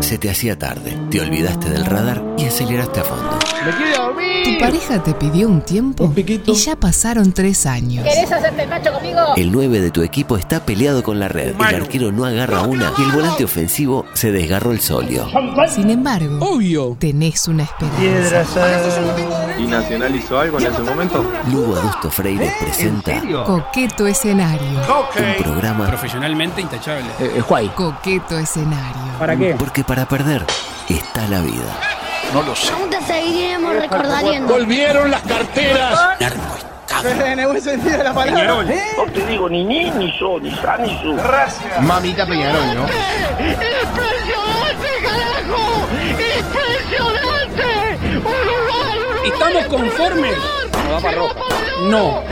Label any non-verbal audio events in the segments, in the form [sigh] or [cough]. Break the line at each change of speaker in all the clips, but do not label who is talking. se te hacía tarde, te olvidaste del radar y aceleraste a fondo.
¡Me quiero dormir!
Tu pareja te pidió un tiempo
Un piquito.
y ya pasaron tres años.
¿Querés hacerte el macho conmigo?
El 9 de tu equipo está peleado con la red, el arquero no agarra una y el volante ofensivo se desgarró el solio.
Sin embargo,
Uh.
Obvio.
tenés una esperanza.
Piedras
¿Y Nacional hizo algo en ese momento?
Lugo Adusto Freire presenta
Coqueto escenario.
un programa
Profesionalmente intachable.
Coqueto escenario.
¿Para qué?
porque para perder está la vida.
Aún te seguiremos recordando.
Volvieron las carteras. En el buen sentido de la palabra.
Mamita Peñarol, ¿no?
¡Impresionante, carajo! ¡Impresionante! ¡Uruguay, Uruguay!
¿Estamos conformes? No.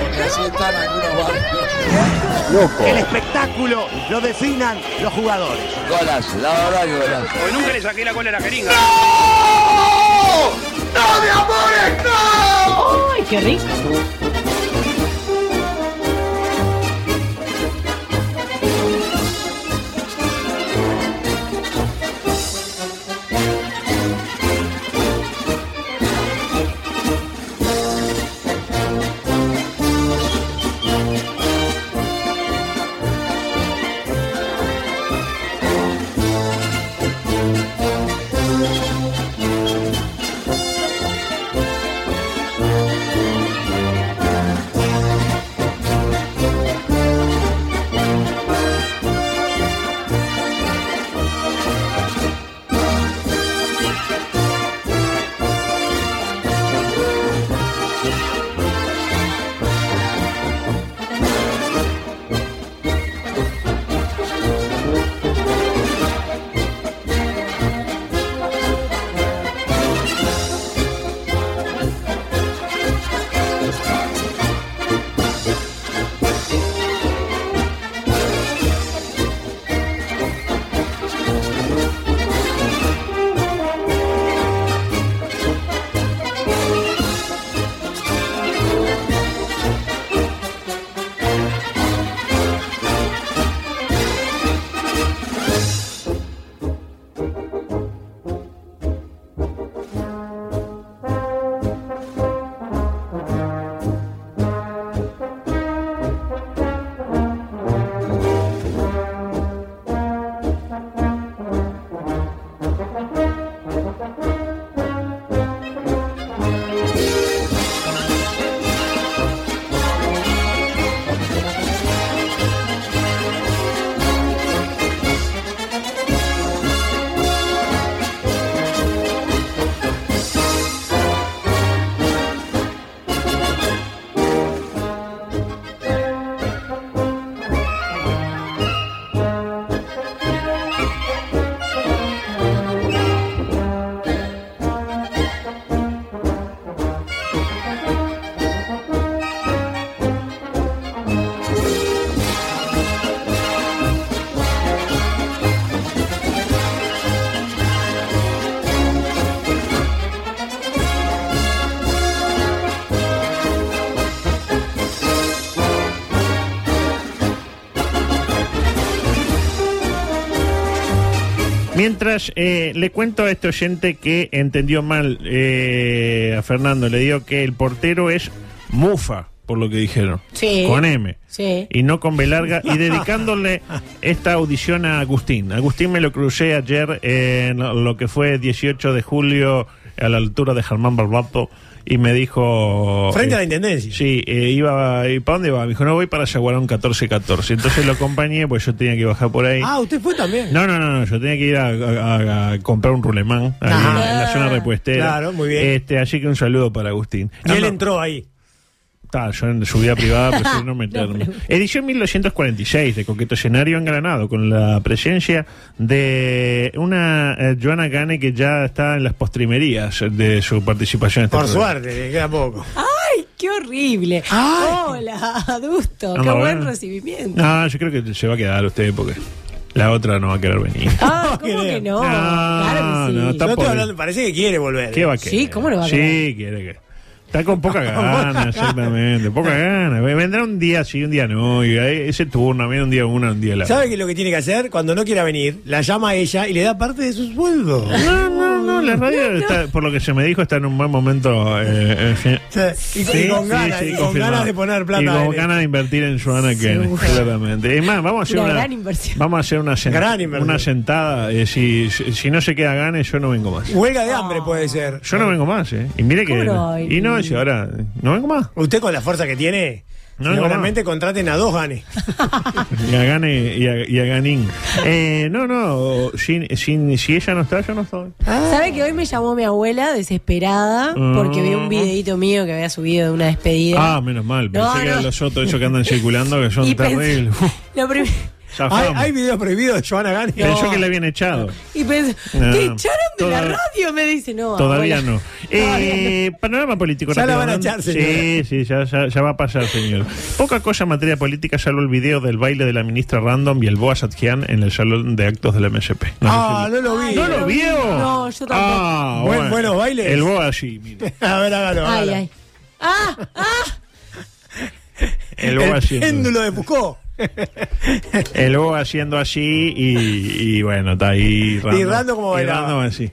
Porque nunca le saqué la cola a la jeringa.
Mientras eh, le cuento a este oyente que entendió mal eh, a Fernando, le digo que el portero es Mufa, por lo que dijeron.
Eh,
Sí.
Con M.
Sí.
Y no con B larga. Y dedicándole esta audición a Agustín. Agustín me lo crucé ayer en lo que fue 18 de julio a la altura de Germán Barbato y me dijo...
Frente a la
eh,
intendencia.
Sí, eh, iba, ¿y para dónde va? Me dijo, no, voy para Yaguarón 1414. Entonces lo acompañé, pues yo tenía que bajar por ahí.
Ah, usted fue también.
No, no, no, no, yo tenía que ir a, a- a- a comprar un rulemán ahí en, la- en la zona repuestera.
Ah, Claro, muy bien.
Este, así que un saludo para Agustín.
Y
No,
él
no,
entró ahí.
Está, yo en su vida privada prefiero
[laughs]
no meterme. Edición 1246 de Coqueto Escenario en Granado, con la presencia de una eh, Joana Gane que ya está en las postrimerías de su participación. en este
Por
programa.
suerte, le queda poco.
¡Ay, qué horrible! Hola, adusto,
No,
qué
no,
buen
bueno.
recibimiento.
No, yo creo que se va a quedar usted porque la otra no va a querer venir.
[laughs]
Ah, ¿cómo que no?
No,
Ah, claro que sí.
no, está-
No estoy
por-
hablando, parece que quiere volver. ¿eh?
¿Qué va a
Sí,
querer?
¿cómo lo va a
Sí,
querer?
quiere que. Está con poca gana, exactamente. Poca gana. Ve- Vendrá un día sí, un día no. Y ahí ese turno, viene un día uno, un día la.
¿Sabe qué es lo que tiene que hacer? Cuando no quiera venir, la llama a ella y le da parte de su sueldo.
No, no, no. La radio, está, por lo que se me dijo, está en un buen momento. eh, eh, sí.
Y, y con ganas, y con
confirmado.
ganas de poner plata.
Y
en
con
el-
ganas de invertir en Joana Kennedy,
Seguro.
claramente. Es más, vamos a hacer
Una
una,
gran inversión.
Vamos a hacer una, sen-
Gran inversión.
una sentada. eh, si, si si no se queda Gane, yo no vengo más.
Huelga de hambre puede ser.
Yo no vengo más, ¿eh? Y mire que.
¿Cómo no?
Y no, si ahora. eh, No vengo más.
Usted con la fuerza que tiene,
No,
seguramente contraten a dos ganes.
Y a Gane y a, y a
[laughs]
Ganín. Eh, no, no. Sin, sin, si ella no está, yo no estoy.
¿Sabe que hoy me llamó mi abuela desesperada porque vi un videito mío que había subido de una despedida?
Ah, menos mal. Pensé
No,
que
no.
eran los otros, esos que andan circulando, que son
[laughs] Y pensé-
terribles.
Lo prim-
¿Hay,
[laughs]
Zafamos.
hay videos prohibidos de Joana Gane?
Pensó que le habían echado.
Y pensé,
[laughs] No,
¿te echaron de la
todav-
radio? Me dice, no.
Todavía
[laughs]
abuela.
no. Eh, panorama político.
Ya la van a
rápido,
echar,
¿no? Sí,
señora.
sí, ya, ya- ya va a pasar, señor. Poca cosa en materia política, salvo el video del baile de la ministra Random y el Boa Satjian en el salón de actos del MSP. No sé
Ah,
si-
no lo vi.
¿No lo vio?
No, yo tampoco.
Ah,
Buen- buenos bailes.
El Boa sí, mire.
[laughs] A ver, hágalo.
Ay,
hágalo.
ay. ¡Ah! ¡Ah!
El Boa haciendo.
péndulo de Foucault. [laughs]
El Boa haciendo así y, y bueno, está ahí Random.
Y Random como
Y
bailaba.
Random así.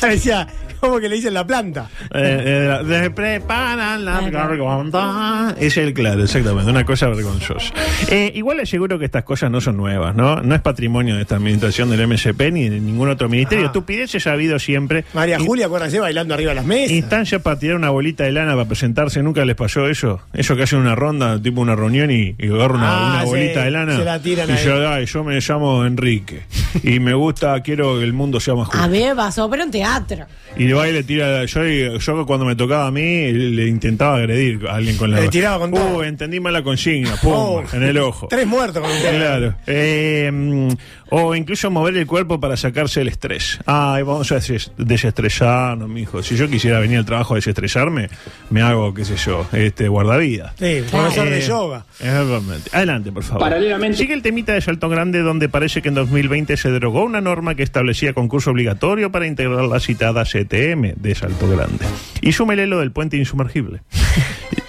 Decía, ¿cómo que le dicen la planta?
Eh, eh, se preparan las gargantas. Es el claro, exactamente, una cosa vergonzosa. Eh, igual les seguro que estas cosas no son nuevas, ¿no? No es patrimonio de esta administración del MSP ni de ningún otro ministerio.
Ajá.
Estupideces ha habido siempre.
María
Y-
Julia, acuérdense, bailando arriba de las mesas.
Instancia para tirar una bolita de lana para presentarse, nunca les pasó eso. Eso que hacen una ronda, tipo una reunión y, y agarran una,
Ah,
una
sí,
bolita de lana.
se la tiran
y
ahí.
yo, "Ay, yo me llamo Enrique. y me gusta, quiero que el mundo sea más justo.
A mí me pasó, pero en teatro.
Y va y le tira. Yo, yo cuando me tocaba a mí, le intentaba agredir a alguien con la.
Le tiraba con todo.
Uh, entendí mal la consigna. Pum,
Oh,
en el ojo.
[laughs] Tres muertos con usted.
Claro. Eh, mm, o incluso mover el cuerpo para sacarse el estrés. Ay, vamos a des- desestresarnos, mijo. Si yo quisiera venir al trabajo a desestresarme, me hago, qué sé yo, este guardavidas.
Sí, profesor de
Eh,
yoga.
Exactamente. Adelante, por favor.
Paralelamente-
Sigue el temita de Saltón Grande, donde parece que en 2020 se derogó una norma que establecía concurso obligatorio para integrar la citada CTM de Salto Grande. Y súmele lo del puente insumergible.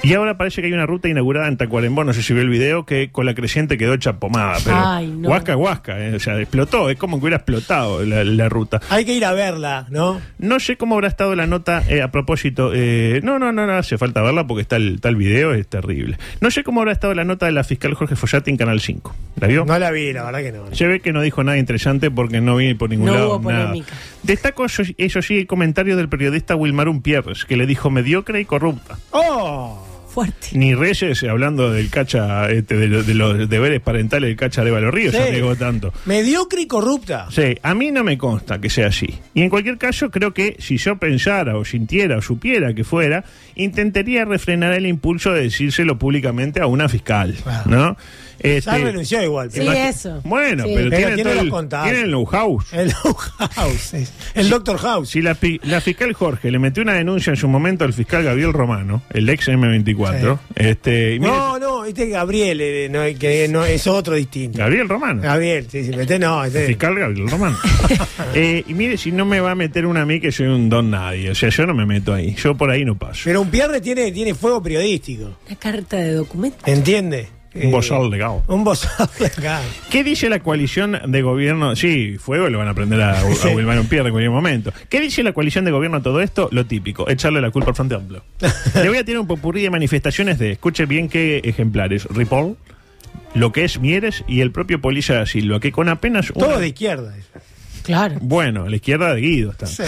y ahora parece que hay una ruta inaugurada en Tacuarembó, no sé si vio el video, que con la creciente quedó hecha pomada. Pero
Ay, no.
Huasca, huasca. eh, o sea, explotó. Es como que hubiera explotado la- la ruta.
Hay que ir a verla, ¿no?
No sé cómo habrá estado la nota eh, a propósito. eh, no, no, no, no hace falta verla porque está el, está el video, es terrible. No sé cómo habrá estado la nota de la fiscal Jorge Follati en Canal 5. ¿La vio?
No la vi, la verdad que no.
Se ve que no dijo nada interesante porque no vi por ningún
No
lado.
hubo
nada.
polémica.
Destaco eso, eso sí el comentario del periodista Wilmarun Pierres, que le dijo mediocre y corrupta.
¡Oh!
Fuerte.
Ni Reyes, hablando del cacha, este, de, lo- de los deberes parentales del cacha de Valorío, se
Sí.
negó tanto.
Mediocre y corrupta.
Sí, a mí no me consta que sea así. Y en cualquier caso, creo que si yo pensara o sintiera o supiera que fuera, intentaría refrenar el impulso de decírselo públicamente a una fiscal,
Claro.
¿no? Este,
Ya renunció igual.
Sí,
pero-
eso.
Bueno,
Sí.
pero,
Pero
tiene,
tiene
todo
los
el-
contactos.
tiene el know-how.
El House. es- El Doctor House.
Si la, fi- la fiscal Jorge le metió una denuncia en su momento al fiscal Gabriel Romano, el ex M24, este, y mire-
No, no, este es Gabriel, eh, no, que no, es otro distinto.
Gabriel Romano.
Gabriel, Ah, sí, sí, pero este no, este-
fiscal Gabriel Román.
[laughs]
Eh, y mire, si no me va a meter una a mí que soy un don nadie. O sea, yo no me meto ahí. Yo por ahí no paso.
Pero un pierre tiene, tiene fuego periodístico,
Una carta de documento.
¿entiende? Eh,
Un bozal legado.
Un bozal legal.
Eh, ¿Qué dice la coalición de gobierno? Sí, fuego lo van a aprender a, a
[laughs] Sí.
Wilmar Pierre en cualquier momento. ¿Qué dice la coalición de gobierno a todo esto? Lo típico, echarle la culpa al Frente
[laughs]
Amplio. Le voy a tirar un popurrí de manifestaciones de, escuche bien qué ejemplares, Ripoll, lo que es Mieres y el propio Polilla Silva, que con apenas una-
Todo de izquierda.
Claro.
Bueno, a la izquierda de Guido está.
Sí.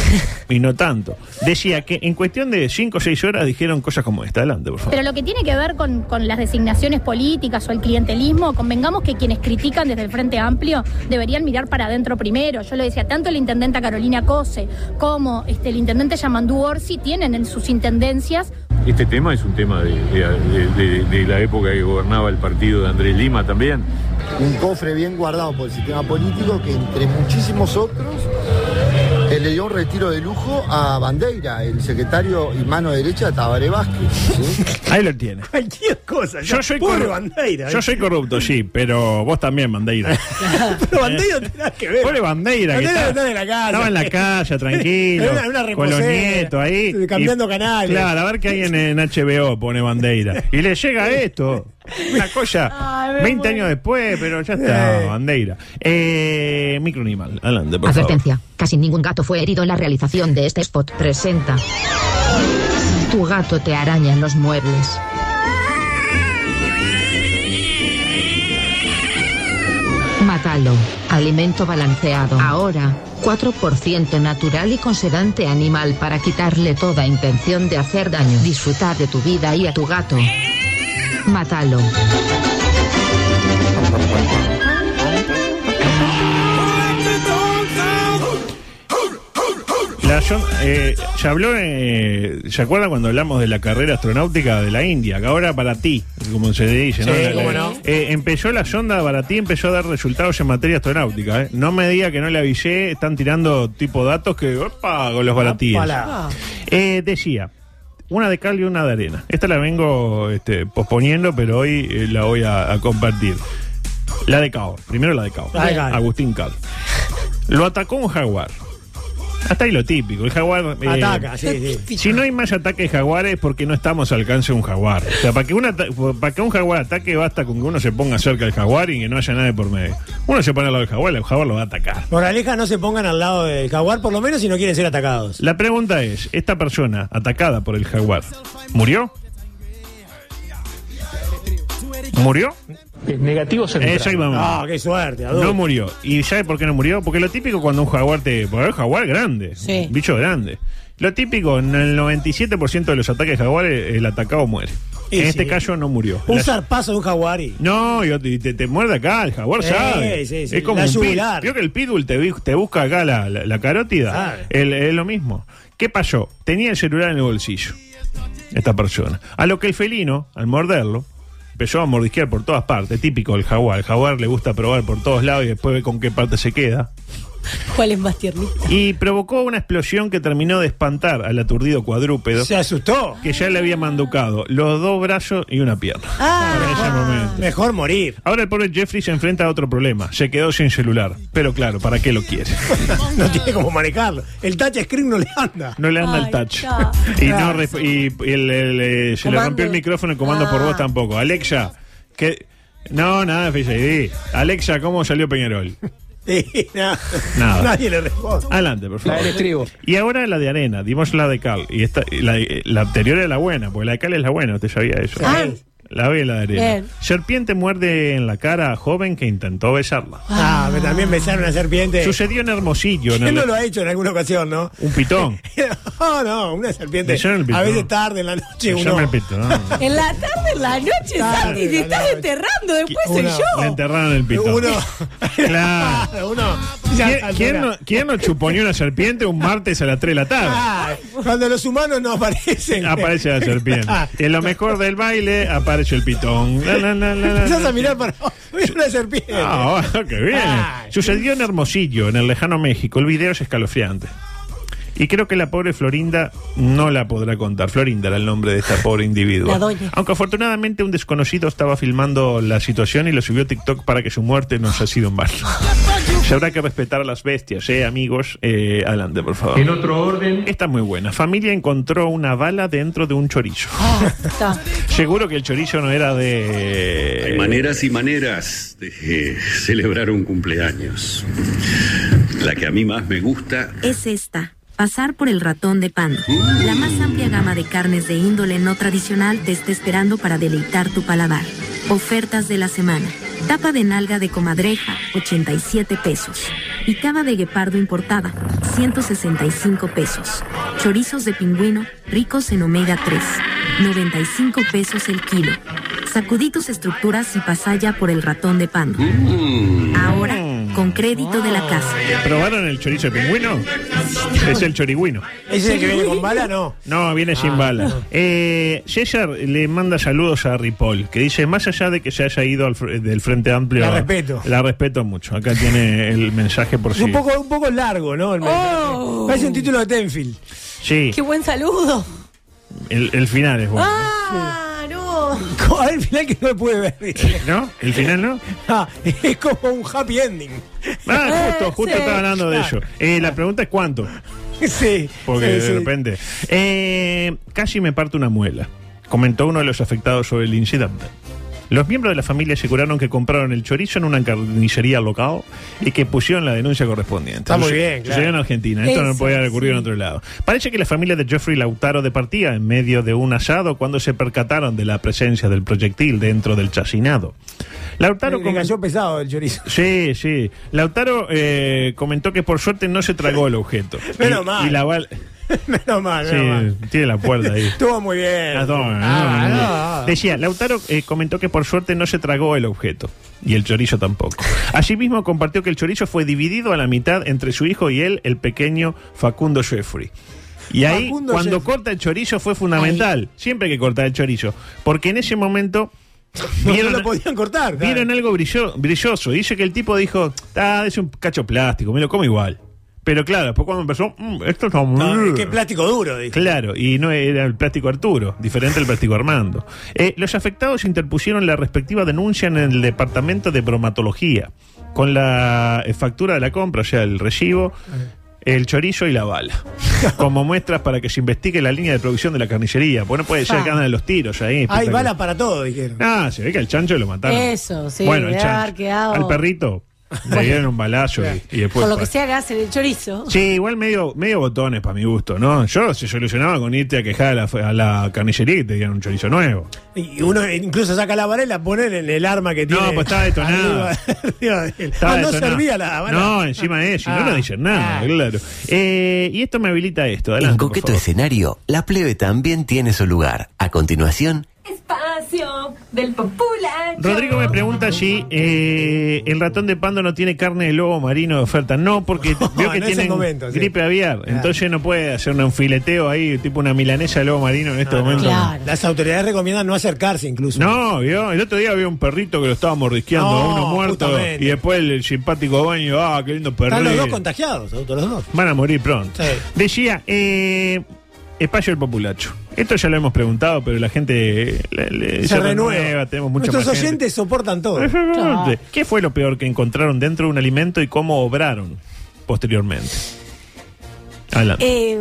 Y no tanto. Decía que en cuestión de 5 o 6 horas dijeron cosas como esta. Adelante, por favor.
Pero lo que tiene que ver con, con las designaciones políticas o el clientelismo, convengamos que quienes critican desde el Frente Amplio deberían mirar para adentro primero. Yo lo decía, tanto la intendenta Carolina Cose como este, el intendente Yamandú Orsi tienen en sus intendencias
Este tema es un tema de, de- de- de- de la época que gobernaba el partido de Andrés Lima también.
un cofre bien guardado por el sistema político que entre muchísimos otros eh, se le dio un retiro de lujo a Bandeira, el secretario y mano derecha de Tabaré Vázquez. ¿sí?
Ahí lo tiene.
Cualquier cosa.
Yo soy,
Pobre
corru-
Bandeira.
yo soy corrupto, sí, pero vos también,
[laughs]
Bandeira. [laughs]
Pero Bandeira no tiene nada que ver.
Pobre Bandeira, que
Bandeira
está-
está en la calle.
estaba en la
[laughs]
calle, tranquilo,
Era una- una
con los
reposera,
nietos ahí.
eh, cambiando canales. Ah,
Claro, a ver qué hay en, en HBO, pone Bandeira. Y le llega esto. Una cosa,
[laughs] Ay, me
20
muero.
años después, pero ya está,
Eh.
Bandeira. Eh, Microanimal, adelante, por favor.
Advertencia, casi ningún gato fue herido en la realización de este spot. Presenta. Tu gato te araña en los muebles. Mátalo. Alimento balanceado. Ahora, 4% natural y con sedante animal para quitarle toda intención de hacer daño. Disfrutar de tu vida y a tu gato. Mátalo.
La John- eh, se habló, eh, ¿se acuerdan cuando hablamos de la carrera astronáutica de la India? Que ahora para ti, como se le dice, ¿no?
Sí,
La-
cómo
la-
no.
eh, empezó la sonda para ti, empezó a dar resultados en materia astronáutica. ¿eh? No me diga que no le avisé, están tirando tipo datos que, opa, con los baratíes.
Ojalá.
Eh, decía, una de cal y una de arena. Esta la vengo este, posponiendo, pero hoy eh, la voy a, a compartir. La de Cao, primero la de Cao.
La de Cao.
Agustín Cao. Lo atacó un jaguar. Hasta ahí lo típico, el jaguar... eh,
Ataca, sí, sí.
Si no hay más ataques de jaguares es porque no estamos al alcance de un jaguar. O sea, para que, un ata- para que un jaguar ataque basta con que uno se ponga cerca del jaguar y que no haya nadie por medio. Uno se pone al lado del jaguar, el jaguar lo va a atacar.
Moraleja, no se pongan al lado del jaguar, por lo menos si no quieren ser atacados.
La pregunta es, ¿esta persona atacada por el jaguar murió? ¿Murió?
Negativo
Exactamente.
Ah, qué suerte, adulto.
No murió. ¿Y sabe por qué no murió? Porque lo típico cuando un jaguar te... Porque el jaguar grande,
Sí.
un bicho grande. Lo típico, en el 97% de los ataques de jaguares, el atacado muere.
Y
en este
sí.
caso no murió.
Un
La-
zarpazo de un jaguar y.
No, y y te, te muerde acá, el jaguar
Sí,
sabe.
sí, sí,
Es como
la
un pit-
yugular.
Vio que el pitbull te, bi- te busca acá la, la- la carótida.
Sabe.
El- Es lo mismo. ¿Qué pasó? Tenía el celular en el bolsillo. Esta persona. A lo que el felino, al morderlo, empezó a mordisquear por todas partes. Típico del jaguar. El jaguar le gusta probar por todos lados y después ve con qué parte se queda.
¿Cuál es más tiernita?
Y provocó una explosión que terminó de espantar al aturdido cuadrúpedo.
Se asustó.
que ya le había manducado los dos brazos y una pierna.
Ah.
En ese momento.
Mejor morir. [laughs]
Ahora el pobre Jeffrey se enfrenta a otro problema. Se quedó sin celular. Pero claro, ¿para qué lo quiere?
no tiene cómo manejarlo. El touch screen no le anda.
No le anda
Ay,
el touch.
no.
Y, no resp- y el- el- eh, se le
Comando.
rompió el micrófono, el comando por
Ah.
voz tampoco. Alexa, que... No, nada, Face ID. Alexa, ¿cómo salió Peñarol?
Sí, [laughs] no.
Nada. Ah.
Nadie le responde.
Adelante, por favor.
La del estribo.
Y ahora la de arena. Dimos la de cal. Y esta, y la, eh, la anterior era la buena, porque la de cal es la buena. Usted sabía eso.
Ah.
La ve la de arena.
Bien.
Serpiente muerde en la cara a joven que intentó besarla.
Ah, pero también besaron una serpiente.
Sucedió en Hermosillo. en
¿Quién
el-
no lo ha hecho en alguna ocasión, no? [laughs]
Un pitón.
No, no, una serpiente.
Besaron el pitón.
A veces tarde en la noche
Yo
uno.
me
[laughs]
repito, no.
En la tarde, en la noche,
Tarde,
Santi, te
la
estás
noche.
enterrando, después soy
Una-
yo.
Le enterraron el pitón. [laughs]
Uno.
Claro.
uno. [laughs] ya,
¿Quién,
altura.
quién no, quién no chupó ni una serpiente un martes a las 3 de la tarde?
Ah, cuando los humanos no aparecen.
[laughs]
Ah.
Aparece la
[laughs]
serpiente. En lo mejor del baile aparece el pitón. La, la, la, la, la, la.
Empezás a mirar para abajo. [laughs] Mira una serpiente.
Ah, qué bien.
Ay.
Sucedió en Hermosillo, en el lejano México. El video es escalofriante. Y creo que la pobre Florinda no la podrá contar. Florinda era el nombre de esta pobre individuo.
La doña.
Aunque afortunadamente un desconocido estaba filmando la situación y lo subió a TikTok para que su muerte no haya sido en vano. Se habrá que respetar a las bestias, ¿eh, amigos? Eh, adelante, por favor.
En otro orden,
Esta es muy buena. Familia encontró una bala dentro de un chorizo.
Ah, está.
Seguro que el chorizo no era de...
Hay maneras y maneras de eh, celebrar un cumpleaños. La que a mí más me gusta
es esta. Pasar por el ratón de panda. La más amplia gama de carnes de índole no tradicional te está esperando para deleitar tu paladar. Ofertas de la semana. Tapa de nalga de comadreja, 87 pesos. Y cava de guepardo importada, 165 pesos. Chorizos de pingüino, ricos en omega 3, 95 pesos el kilo. Sacudí tus estructuras y pasa ya por el ratón de panda. Ahora, con crédito de la casa.
¿Probaron el chorizo de pingüino? Es el chorigüino.
¿Ese es el que viene con bala? No.
No, viene
Ah.
sin bala. Eh, César le manda saludos a Ripoll, que dice, más allá de que se haya ido al fr- del Frente Amplio...
La respeto.
La respeto mucho. Acá tiene el mensaje por
Es
sí.
un poco, un poco largo, ¿no? El mensaje. Parece un título de Tenfield. [laughs]
Sí,
¡Qué buen saludo!
el, el final es bueno.
¡Ah, no!
Como al final que no puede ver. dice.
¿No? ¿El final no?
[laughs] Ah, es como un happy
[laughs]
ending.
Ah, justo, justo
Sí.
estaba hablando de ello. Eh, la pregunta es cuánto,
Sí. sí,
porque
sí.
de repente... Eh, casi me parto una muela, comentó uno de los afectados sobre el incidente. Los miembros de la familia aseguraron que compraron el chorizo en una carnicería local y que pusieron la denuncia correspondiente.
Está muy
Suce-
bien, claro.
Sucedió en Argentina. Esto no
Eso,
podía haber ocurrido en
sí.
otro lado. Parece que la familia de Geoffrey Lautaro departía en medio de un asado cuando se percataron de la presencia del proyectil dentro del chacinado. Lautaro
Le- le
comen-
cayó pesado el chorizo. [laughs]
Sí, sí. Lautaro eh, comentó que por suerte no se tragó el objeto.
[laughs] Menos
Y-
mal.
y la bal-
menos mal,
Sí,
menos mal.
tiene la puerta
[laughs]
ahí.
Estuvo muy bien.
Ah, no, no,
Ah,
no, no.
no, no.
Decía, Lautaro eh, comentó que por suerte no se tragó el objeto. Y el chorizo tampoco. Asimismo, compartió que el chorizo fue dividido a la mitad entre su hijo y él, el pequeño Facundo Jeffrey. Y ahí,
Facundo
cuando
Jeffrey.
corta el chorizo, fue fundamental. Siempre hay que cortar el chorizo. Porque en ese momento.
[laughs] No,
vieron-
no lo podían cortar. claro.
Vieron algo brillo- brilloso. Dice que el tipo dijo, ah, es un cacho plástico, me lo como igual. Pero claro, después cuando empezó, "Mm, esto es
No, es que es plástico duro, dijo.
Claro, y no era el plástico Arturo, diferente al plástico Armando. Eh, los afectados interpusieron la respectiva denuncia en el departamento de bromatología, con la eh, factura de la compra, o sea, el recibo, el chorizo y la bala, como muestras para que se investigue la línea de producción de la carnicería, porque no puede ser
Ah.
que andan los tiros ahí.
Hay
espectacular.
balas para todo, dijeron.
Ah, se ve que al chancho lo mataron.
Eso, sí,
Bueno, el
debe
chancho.
haber quedado-
Al perrito
[laughs]
le dieron un balazo y, y después.
Por lo que
pa-
sea que hacen el chorizo.
Sí, igual medio, medio botones para mi gusto, ¿no? Yo se solucionaba con irte a quejar a la, f- a la carnicería y te dieran un chorizo nuevo.
Y uno incluso saca la vara y la pone en el arma que tiene.
No, pues estaba detonada.
[laughs] arriba- arriba de él.
Estaba
Ah, no
detonado.
servía la vara.
No, encima es, y no
Ah.
nos dicen nada, claro. Eh, y esto me habilita a esto. Adelante,
En
por
coqueto
favor.
escenario, la plebe también tiene su lugar. A continuación,
Espacio del popular.
Rodrigo me pregunta si eh, el ratón de pando no tiene carne de lobo marino de oferta. No,
[laughs]
porque veo que
no es el
tienen
momento, sí. Ah.
gripe aviar. Entonces no puede hacer un fileteo ahí, tipo una milanesa de lobo marino en este
Ah,
momento. no.
Claro.
Las autoridades recomiendan no acercarse incluso.
No, vio, el otro día había un perrito que lo estaba mordisqueando a
No,
uno muerto
justamente.
y después el, simpático baño, ah, qué lindo perrito.
Están los dos contagiados, auto, los dos.
Van a morir pronto.
Sí.
Decía, eh, espacio del populacho. Esto ya lo hemos preguntado, pero la gente eh, le- le-
Se, renueva.
tenemos mucha
Nuestros
más gente.
oyentes
[laughs]
soportan todo.
Exactamente. ¿Qué fue lo peor que encontraron dentro de un alimento y cómo obraron posteriormente? Adelante.
Eh,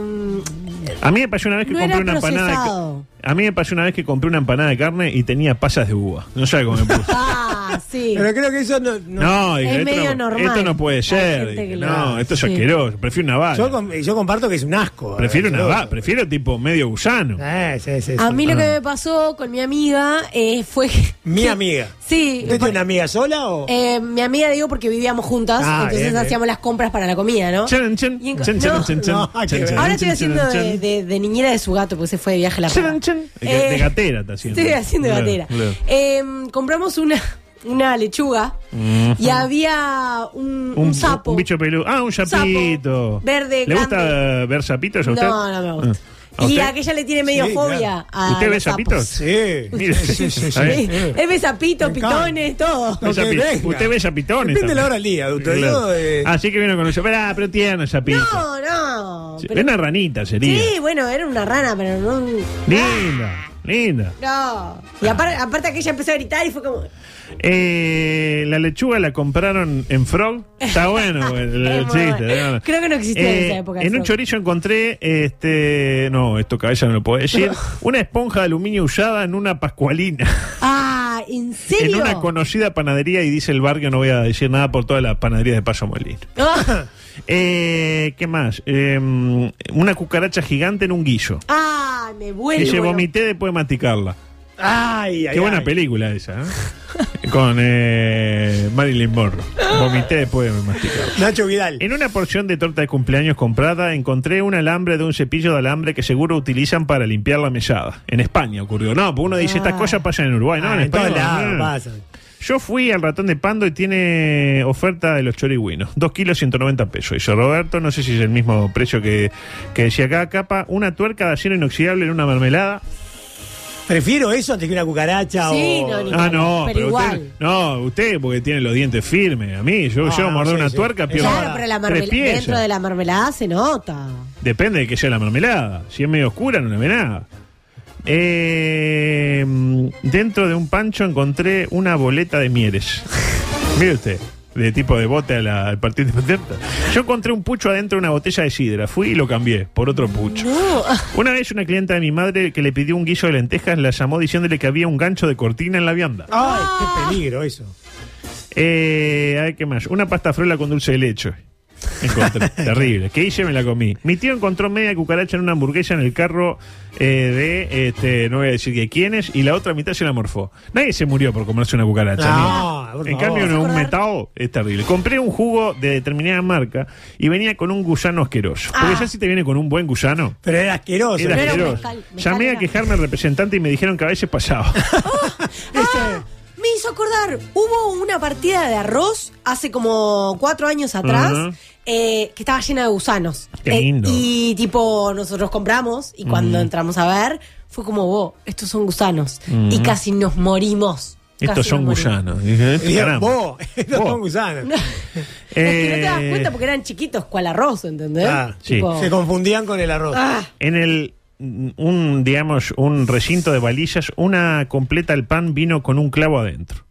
a mí me pasó una vez que
no
compré
era
una empanada. de
procesado.
ca- a mí me pasó una vez que compré una empanada de carne y tenía pasas de uva. No sé cómo me puse.
[laughs] Ah,
[laughs]
sí.
Pero creo que eso no. no.
No, dije,
Es
esto,
medio
no,
normal.
esto no puede
Hay
ser.
gente
dije,
que lo
no,
hace,
esto es
sí.
asquero. Prefiero una bala.
Yo, com- yo comparto que es un asco.
prefiero
eh,
una
yo-
bala. Prefiero tipo medio gusano.
Eh, sí, sí, sí.
A mí lo que me pasó con mi amiga eh, fue.
Mi amiga.
Sí.
¿Usted tiene una amiga sola o.?
Eh, mi amiga, digo, porque vivíamos juntas,
Ah,
entonces
bien, bien.
hacíamos las compras para la comida, ¿no?
Chan, chan,
Y en-
chan,
no.
chan, chan, chan,
No,
chan,
qué
chan,
Ahora estoy
chan,
haciendo
chan,
de,
chan.
de- de niñera de su gato, porque se fue de viaje a la
Chan,
perra.
chan. De
Eh,
de gatera está haciendo.
Estoy haciendo de
Claro,
gatera.
claro.
Eh, compramos una, una lechuga y había un, un sapo.
Un bicho peludo. Ah, un
Sapo,
sapito.
verde,
¿Le gusta
grande.
eh, ver sapitos a usted?
No, no me gusta.
Ah. ¿A
Y
usted?
aquella le tiene medio
Sí,
fobia a
¿Usted ve
los sapos.
sapitos?
Sí.
Mire,
Sí, sí, sí,
[laughs] a ver,
Sí,
ve
Él ve sapitos,
Eh. Me encanta.
pitones, todo.
Lo que
sapi-
venga.
Usted ve sapitones.
Depende de la
también.
hora del día, doctor.
Claro.
Yo, eh,
Así que vino con un sapo. Pero, ah, pero tierno el sapito.
No, no.
Sí,
pero-
una ranita sería.
sí, ah. bueno, era una rana, pero no. un-
Linda, linda.
No. Y aparte, aparte aquella empezó a gritar y fue como.
Eh, la lechuga la compraron en Frog. Está bueno
[laughs]
el, el
Es muy
chiste.
bueno.
¿no?
Creo que no existía en esa época el
En un
Frog.
chorizo encontré, este, no, esto cabeza no lo puedo
[laughs]
decir, una esponja de aluminio usada en una pascualina.
Ah,
[laughs]
¿en
En
serio?
una conocida panadería y dice el bar que no voy a decir nada por todas las panaderías de Paso Molino.
[laughs] Ah,
[laughs] Eh, ¿Qué más? Eh, una cucaracha gigante en un guillo.
ah, me
Que se
vuelvo.
vomité después de masticarla.
Ay, ay,
Qué buena
ay.
película esa, ¿eh? [laughs] Con eh, Marilyn Monroe. Vomité después de masticarla.
Nacho Vidal.
En una porción de torta de cumpleaños comprada encontré un alambre de un cepillo de alambre que seguro utilizan para limpiar la mesada. En España ocurrió. No, porque uno dice, estas cosas pasan en Uruguay, no,
Ah,
en,
en
España.
todos lados
no.
pasan.
Yo fui al ratón de Pando y tiene oferta de los chorigüinos. 2 kilos 190 pesos. Dice Roberto, no sé si es el mismo precio que, que decía acá. Capa, una tuerca de acero inoxidable en una mermelada.
Prefiero eso antes que una cucaracha
Sí,
o.
no, ni
Ah, no,
pero igual.
usted, no, usted porque tiene los dientes firmes. A mí, yo,
Ah,
yo morder
sí,
una
sí.
tuerca, pierdo
Claro, pero la
tres
mermel-
piezas.
dentro de la mermelada se nota.
Depende de que sea la mermelada. Si es medio oscura, no la ve nada. Eh, dentro de un pancho encontré una boleta de
[laughs]
Mieres. Mire usted, de tipo de bote a la- al partido independiente. Yo encontré un pucho adentro de una botella de sidra. Fui y lo cambié por otro pucho.
[laughs]
Una vez una clienta de mi madre que le pidió un guiso de lentejas la llamó diciéndole que había un gancho de cortina en la vianda.
Ay,
Ah.
qué peligro eso.
Eh, a ver, ¿qué más? Una pasta frola con dulce de leche.
[laughs]
Encontré. Terrible. ¿Qué hice? Me la comí. Mi tío encontró media cucaracha en una hamburguesa en el carro eh, de, este, no voy a decir de quiénes, y la otra mitad se la morfó. Nadie se murió por comerse una cucaracha.
No,
ni-
por
en
favor.
cambio, en un metao es terrible. Compré un jugo de determinada marca y venía con un gusano asqueroso. Porque
Ah.
ya si te viene con un buen gusano.
Pero era asqueroso.
Era asqueroso.
mezcal- mezcal
Llamé a
era.
quejarme al representante y me dijeron que a veces
[laughs]
pasaba.
Ah, me hizo acordar, hubo una partida de arroz hace como cuatro años atrás
Ajá.
eh, que estaba llena de gusanos.
Qué lindo.
Eh, y tipo, nosotros compramos y cuando
Mm.
entramos a ver, fue como, vos, estos son gusanos.
Mm.
Y casi nos morimos.
Estos
Casi
son
nos morimos.
gusanos. Dije, "Este
Y dije,
caramba.
vos, [laughs] estos
Vos.
son gusanos.
Es que no te das
Eh,
cuenta porque eran chiquitos, cual arroz, ¿entendés?
Ah,
sí.
Tipo,
Se confundían con el arroz.
ah,
En el un digamos un recinto de valillas, una completa el pan vino con un clavo adentro.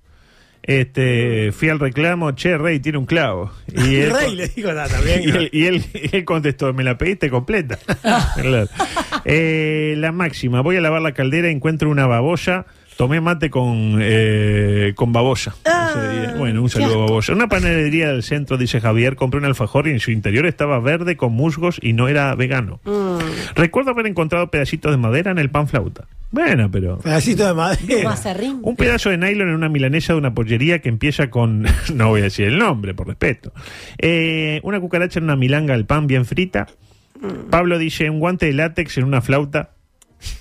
Este, fui al reclamo, che, Rey tiene un clavo. Y
Y
él,
[laughs] Rey le dijo nada también.
[laughs] y él- y él- y él contestó, me la pediste completa. Claro. Eh, la máxima, voy a lavar la caldera, encuentro una babolla, tomé mate con, eh, con babolla. Ese día. Bueno, un saludo a babolla. Una panadería del centro, dice Javier, compré un alfajor y en su interior estaba verde con musgos y no era vegano. Recuerdo haber encontrado pedacitos de madera en el pan flauta. Bueno, pero...
Pedacito de madera.
mazarrín.
Un pedazo de nylon en una milanesa de una pollería que empieza con. [laughs] No voy a decir el nombre, por respeto. Eh, una cucaracha en una milanga al pan bien frita. Pablo dice: un guante de látex en una flauta. [laughs]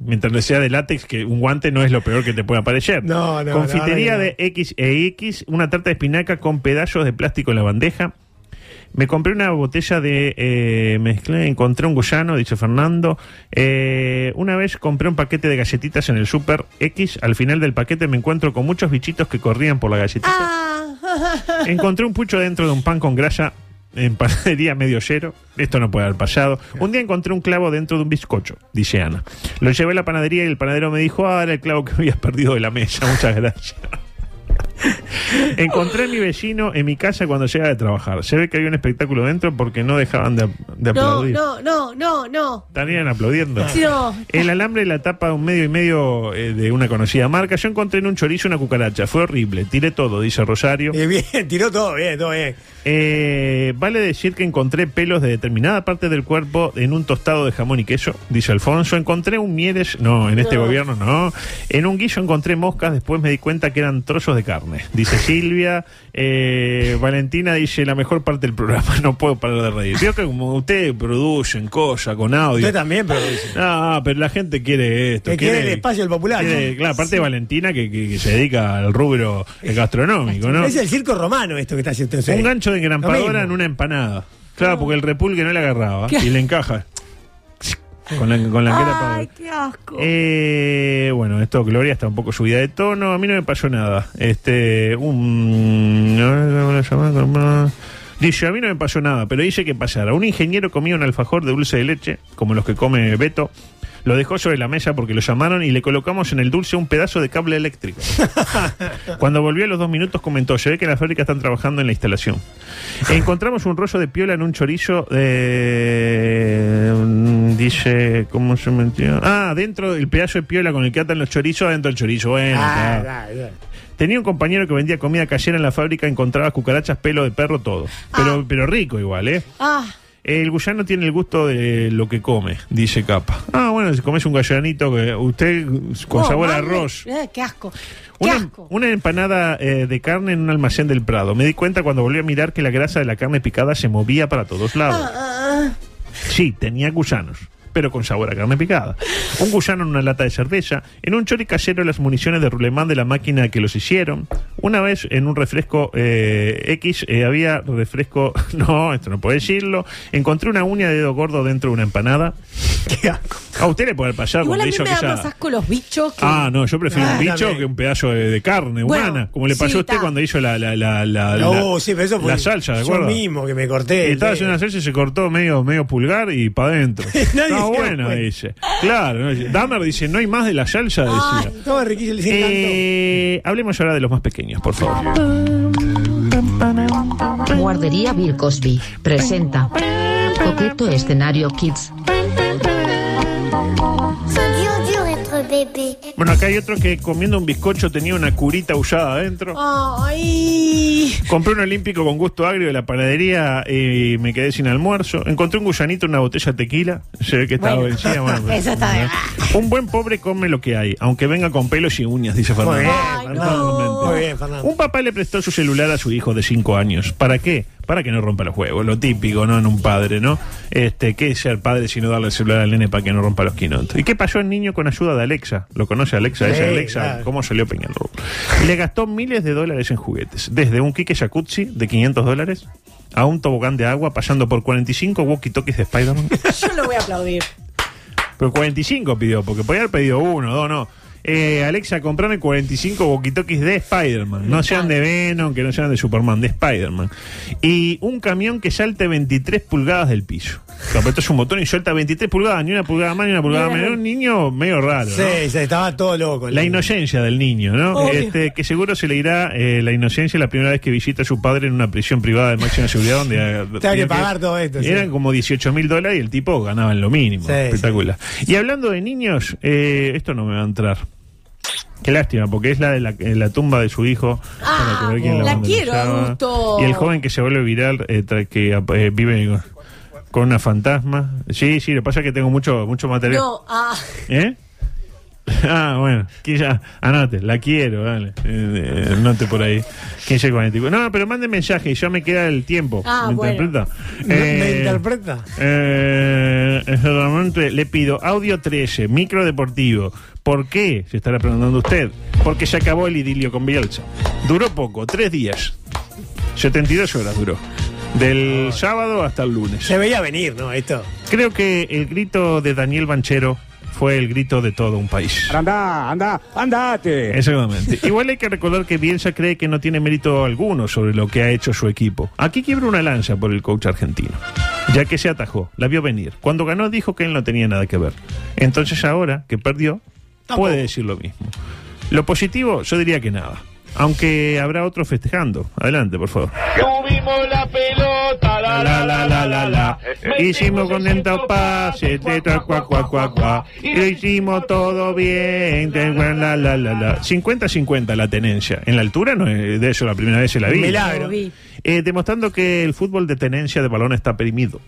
Mientras no sea de látex, que un guante no es lo peor que te pueda parecer.
No, no,
Confitería
la
de
verdad
X e X, una tarta de espinaca con pedazos de plástico en la bandeja. Me compré una botella de eh, mezcla, encontré un gusano, dice Fernando. Eh, una vez compré un paquete de galletitas en el Super X. Al final del paquete me encuentro con muchos bichitos que corrían por la galletita.
ah.
Encontré un pucho dentro de un pan con grasa en panadería medio cero. Esto no puede haber pasado. Un día encontré un clavo dentro de un bizcocho, dice Ana. Lo llevé a la panadería y el panadero me dijo, ah, era el clavo que habías perdido de la mesa. [laughs] Muchas gracias. Encontré a mi vecino en mi casa cuando llega de trabajar. Se ve que había un espectáculo dentro porque no dejaban de, de
No,
aplaudir.
no, no, no, no.
Estarían aplaudiendo.
Sí, no.
El alambre de la tapa de un medio y medio eh, de una conocida marca. Yo encontré en un chorizo una cucaracha. Fue horrible. Tiré todo, dice Rosario.
[laughs] Y bien, tiró todo bien, todo bien.
Eh, vale decir que encontré pelos de determinada parte del cuerpo en un tostado de jamón y queso, dice Alfonso. Encontré un mieres, no, en este gobierno no. En un guiso encontré moscas, después me di cuenta que eran trozos de carne, dice Silvia. Eh, Valentina dice la mejor parte del programa, [laughs] no puedo parar de reír. Veo que como ustedes producen cosas con audio.
Usted también, pero dice.
Ah, pero la gente quiere esto.
Que quiere el espacio del popular,
quiere-
¿no?
claro, aparte de Valentina que, que- que se dedica al rubro eh, gastronómico, ¿no?
Es el circo romano esto que está haciendo usted.
Un gancho de
Lo mismo.
engrampadora en una empanada. Claro, porque el repulgue no le agarraba y le encaja. Con la, con la que era
Ay,
padre.
qué asco.
Eh, bueno, esto Gloria está un poco subida de tono. A mí no me pasó nada. Este, un. ¿cómo la llamaba? Dice, a mí no me pasó nada, pero dice que pasara. Un ingeniero comía un alfajor de dulce de leche, como los que come Beto. Lo dejó sobre la mesa porque lo llamaron y le colocamos en el dulce un pedazo de cable eléctrico. Cuando volvió a los dos minutos comentó, se ve que en la fábrica están trabajando en la instalación. Encontramos un rollo de piola en un chorizo, eh, mm, dice, ¿cómo se metió? Ah, dentro del pedazo de piola con el que atan los chorizos, adentro del chorizo. Bueno,
Ah,
claro.
ah, ah.
Tenía un compañero que vendía comida cayera en la fábrica, encontraba cucarachas, pelo de perro, todo. Pero, pero rico igual, ¿eh?
Ah,
El gusano tiene el gusto de lo que come, dice Capa. Ah, bueno, si comes un gallanito, que usted con
no,
sabor a
madre,
arroz.
Oh, eh, qué asco. Qué
Una, em-
asco.
una empanada eh, de carne en un almacén del Prado. Me di cuenta cuando volví a mirar que la grasa de la carne picada se movía para todos lados.
Ah, ah, ah.
Sí, tenía gusanos. pero con sabor a carne picada. Un gusano en una lata de cerveza, en un chori casero las municiones de rulemán de la máquina que los hicieron. Una vez en un refresco eh, X eh, había refresco, [laughs] no, esto no puedo decirlo. Encontré una uña de dedo gordo dentro de una empanada. A usted le puede pasar
Igual
cuando
a mí
hizo
me da
aquella-
más asco los bichos que.
Ah, no, yo prefiero
Ah,
un bicho
también.
que un pedazo de, de carne
Bueno,
humana, como le pasó
sí,
a usted
ta.
cuando hizo la, la, la, Ah, la,
No,
la-
sí, pero eso fue
la salsa, ¿de
yo
acuerdo?
mismo que me corté el
Y estaba haciendo una salsa y se cortó medio, medio pulgar y para adentro.
[laughs] Nadie se
Está
dio
buena,
cuenta.
dice. Claro, no, dice- Dahmer dice, no hay más de la salsa, decía.
Estaba riquísimo, les encantó.
Eh, hablemos ahora de los más pequeños, por favor.
Guardería Bill Cosby presenta Coqueto Escenario Kids.
C'est dur, dur être bébé.
Bueno, acá hay otro que comiendo un bizcocho tenía una curita usada adentro.
Ay.
Compré un olímpico con gusto agrio de la panadería y me quedé sin almuerzo. Encontré un gusanito en una botella de tequila. Se ve que estaba
Bueno.
vencida.
[laughs]
bueno, pero-
Eso está bien.
Un buen pobre come lo que hay, aunque venga con pelos y uñas, dice Fernando.
bien,
Ay, no.
Muy bien, Fernando.
Un papá le prestó su celular a su hijo de 5 años. ¿Para qué? Para que no rompa los juegos, lo típico, ¿no? En un padre, ¿no? Este, ¿Qué es ser padre sino darle el celular al nene para que no rompa los quinotos? ¿Y qué pasó el niño con ayuda de Alexa? ¿Lo conoce Alexa? Esa
Sí,
Alexa,
claro.
¿cómo salió Peñarol? Le gastó miles de dólares en juguetes, desde un Kike Jacuzzi de 500 dólares a un tobogán de agua, pasando por 45 walkie-talkies de
[laughs]
Spider-Man.
Yo lo voy a aplaudir.
Pero 45 pidió, porque podía haber pedido uno, dos, no. Eh, Alexa, comprame 45 walkie-talkies de Spider-Man. No sean de Venom, que no sean de Superman, de Spider-Man. Y un camión que salte 23 pulgadas del piso. Lo apretás un botón y suelta 23 pulgadas, ni una pulgada más, ni una pulgada menos. Un niño medio raro. ¿no?
Sí, sí, estaba todo loco.
La inocencia del niño, ¿no?
Obvio.
Este, que seguro se le irá eh, la inocencia la primera vez que visita a su padre en una prisión privada de máxima seguridad
[laughs]
donde... eh,
Tengo que
tiene
pagar todo esto. sí.
eran como 18 mil dólares y el tipo ganaba en lo mínimo.
Sí,
Espectacular. Y hablando de niños, eh, esto no me va a entrar. Qué lástima, porque es la de la, eh, la tumba de su hijo.
Ah,
para que ver quién
la
vandalizaba.
quiero, adulto.
Y el joven que se vuelve viral, eh, tra- que eh, vive con, con una fantasma. Sí, sí, lo que pasa es que tengo mucho, mucho material.
No, ah.
¿Eh? [laughs] Ah, bueno, que ya, anote, la quiero, dale. Eh, eh, anote por ahí. 15.44. No, pero mande mensaje y ya me queda el tiempo.
Ah,
¿Me
bueno.
interpreta?
¿Me- ¿Me
Eh,
interpreta?
eh, realmente le pido audio 13, micro deportivo. ¿Por qué? Se estará preguntando usted. Porque se acabó el idilio con Bielsa. Duró poco, tres días. 72 horas duró. Del sábado hasta el lunes.
Se veía venir, ¿no? Esto.
Creo que el grito de Daniel Banchero fue el grito de todo un país.
Anda, anda, andate.
Exactamente. Igual hay que recordar que Bielsa cree que no tiene mérito alguno sobre lo que ha hecho su equipo. Aquí quiebra una lanza por el coach argentino, ya que se atajó, la vio venir. Cuando ganó dijo que él no tenía nada que ver. Entonces ahora que perdió, puede decir lo mismo. Lo positivo, yo diría que nada. Aunque habrá otro festejando. Adelante, por favor.
Tuvimos la pelota, la la la la la la.
Hicimos con lento pase, te tra- cuá, cuá, cuá, cuá. Y lo hicimos todo bien. te- la, la, la, la. 50-50 la tenencia. En la altura no es de eso la primera vez se la vi.
Milagro.
Eh, demostrando que el fútbol de tenencia de balón está
[laughs]
perimido.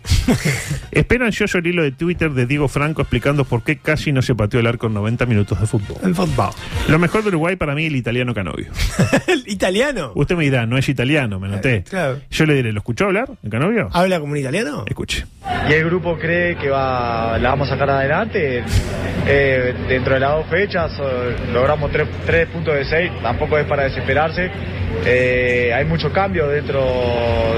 Espero ansioso el hilo de Twitter de Diego Franco explicando por qué casi no se pateó el arco en 90 minutos de fútbol.
El fútbol.
Lo mejor de Uruguay para mí el italiano Canovio.
[laughs] El italiano.
Usted me dirá, no es italiano, me noté.
Eh, Claro. Ah.
Yo le diré, ¿lo escuchó hablar en Canovio?
¿Habla como un italiano?
Escuche.
Y el grupo cree que va, la vamos a sacar adelante. Eh, dentro de las dos fechas eh, logramos tres, tres puntos de seis, tampoco es para desesperarse. Eh, hay muchos cambios dentro,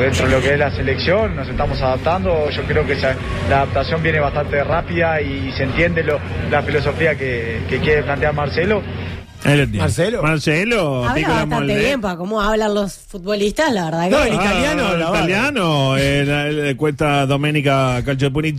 dentro de lo que es la selección, nos estamos adaptando. Yo creo que esa- la adaptación viene bastante rápida y se entiende lo- la filosofía que, que quiere plantear Marcelo.
Ahí lo tiene.
Marcelo.
Marcelo,
Habla
Nicolás
bastante
Molde.
bien para cómo hablan los futbolistas, la verdad.
No,
que-
el italiano,
Ah,
la
el
verdad.
italiano, eh, la- la cuesta Domenica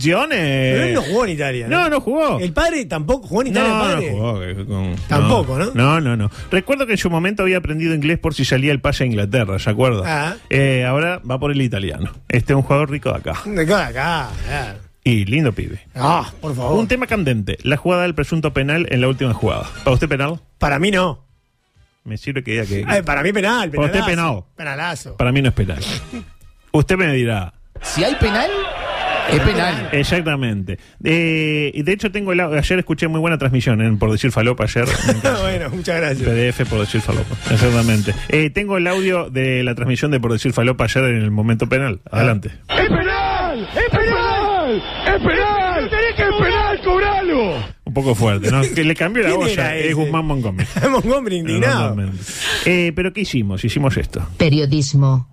Pero
Calciopunizione.
él no jugó en Italia.
Eh. No, no jugó.
El padre tampoco jugó en
No,
Italia, el
no
padre.
jugó, eh, con-
Tampoco, ¿no?
No, no, no. Recuerdo que en su momento había aprendido inglés por si salía el pase a Inglaterra, ¿se acuerda?
Ah.
Eh, ahora va por el italiano. Este es un jugador rico de acá.
De acá, acá, claro.
Y lindo pibe.
Ah, por favor.
Un tema candente, la jugada del presunto penal en la última jugada. ¿Para usted penal?
Para mí no.
Me sirve que diga que...
Ay, para mí penal,
Para
penalazo.
usted penal.
Penalazo.
Para mí no es penal. Usted me dirá,
Si hay penal, es penal.
Exactamente. Eh, y de hecho, tengo el au- ayer escuché muy buena transmisión en Por Decir Falopa ayer. en
[laughs] bueno, muchas gracias.
PDF Por Decir Falopa. Exactamente. Eh, tengo el audio de la transmisión de Por Decir Falopa ayer en el
Ah.
momento penal. Adelante.
¡Es penal! ¡Es penal! ¡Es penal! ¡Es penal!
poco fuerte, ¿no? Que le cambió la
¿Quién
voz.
era
a-
ese?
Es Guzmán Montgomery.
[laughs] Montgomery indignado.
Totalmente. Eh, pero ¿qué hicimos? Hicimos esto.
Periodismo.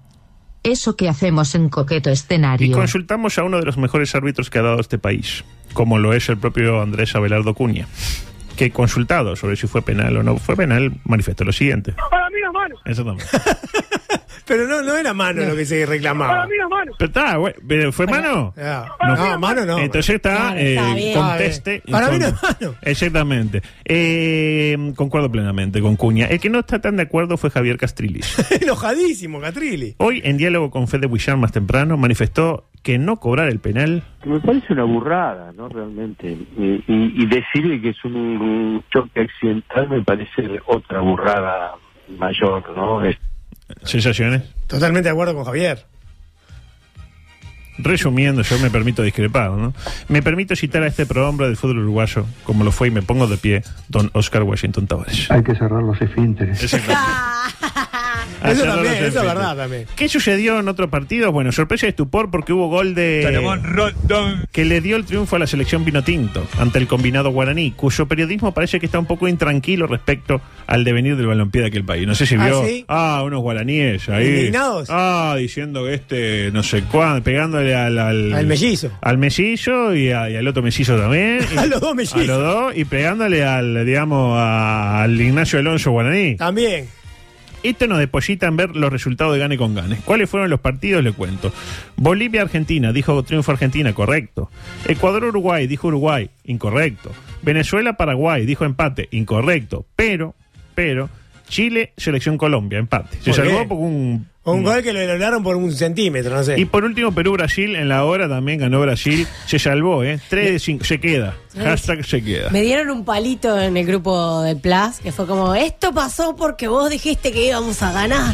Eso que hacemos en coqueto
Y
escenario.
consultamos a uno de los mejores árbitros que ha dado este país, como lo es el propio Andrés Abelardo Cuña, que consultado sobre si fue penal o no fue penal, manifestó lo siguiente.
Para mí no es mano.
Exactamente.
Pero no, no era mano lo que se
Para
reclamaba.
mí no es mano.
Pero, está, güey, pero ¿Fue mano?
Ah, No, mano no.
Entonces está,
Claro, está
eh,
bien.
conteste.
Para mí no es
mano. Exactamente. Eh, concuerdo plenamente con Cuña. El que no está tan de acuerdo fue Javier Castrilis.
[laughs] Enojadísimo, Catrilli.
Hoy, en diálogo con Fede Buillán más temprano, manifestó que no cobrar el penal
Me parece una burrada, ¿no? Realmente. Y, y- y decirle que es un, un choque accidental me parece otra burrada mayor, ¿no? Es-
Sensaciones.
Totalmente de acuerdo
[laughs]
con Javier.
Resumiendo, yo me permito discrepar, ¿no? Me permito citar a este prohombre del fútbol uruguayo, como lo fue y me pongo de pie, don Oscar Washington Tavares.
Hay que cerrar los esfínteres.
[laughs]
A
Eso
cerrar
también,
los
eso es
enfites.
verdad también.
¿Qué sucedió en otros partidos? Bueno, sorpresa y estupor porque hubo gol de...
Salomón
Que le dio el triunfo a la selección Pinotinto ante el combinado guaraní, cuyo periodismo parece que está un poco intranquilo respecto al devenir del balompié de aquel país. No sé si
¿Ah,
vio...
sí?
Ah, unos guaraníes ahí...
Indignados.
Ah, diciendo que este, no sé cuándo, pegándole al... Al,
Al mellizo.
Al mellizo y, a- y al otro mellizo también. Y-
[laughs] A los dos mellizos.
A los dos y pegándole al, digamos, a- al Ignacio Alonso guaraní.
También.
Esto nos deposita en ver los resultados de gane con gane. ¿Cuáles fueron los partidos? Le cuento. Bolivia-Argentina, dijo triunfo Argentina, correcto. Ecuador-Uruguay, dijo Uruguay, incorrecto. Venezuela-Paraguay, dijo empate, incorrecto. Pero, pero, Chile-Selección Colombia, empate. Se
Muy
salvó
bien.
por un...
Un gol que lo anularon por un centímetro, no sé.
Mm. Y por último, Perú-Brasil, en la hora también ganó Brasil. Se salvó, ¿eh? 3 de 5, se queda. Hashtag se queda.
Me dieron un palito en el grupo de Plus que fue como, esto pasó porque vos dijiste que íbamos a ganar.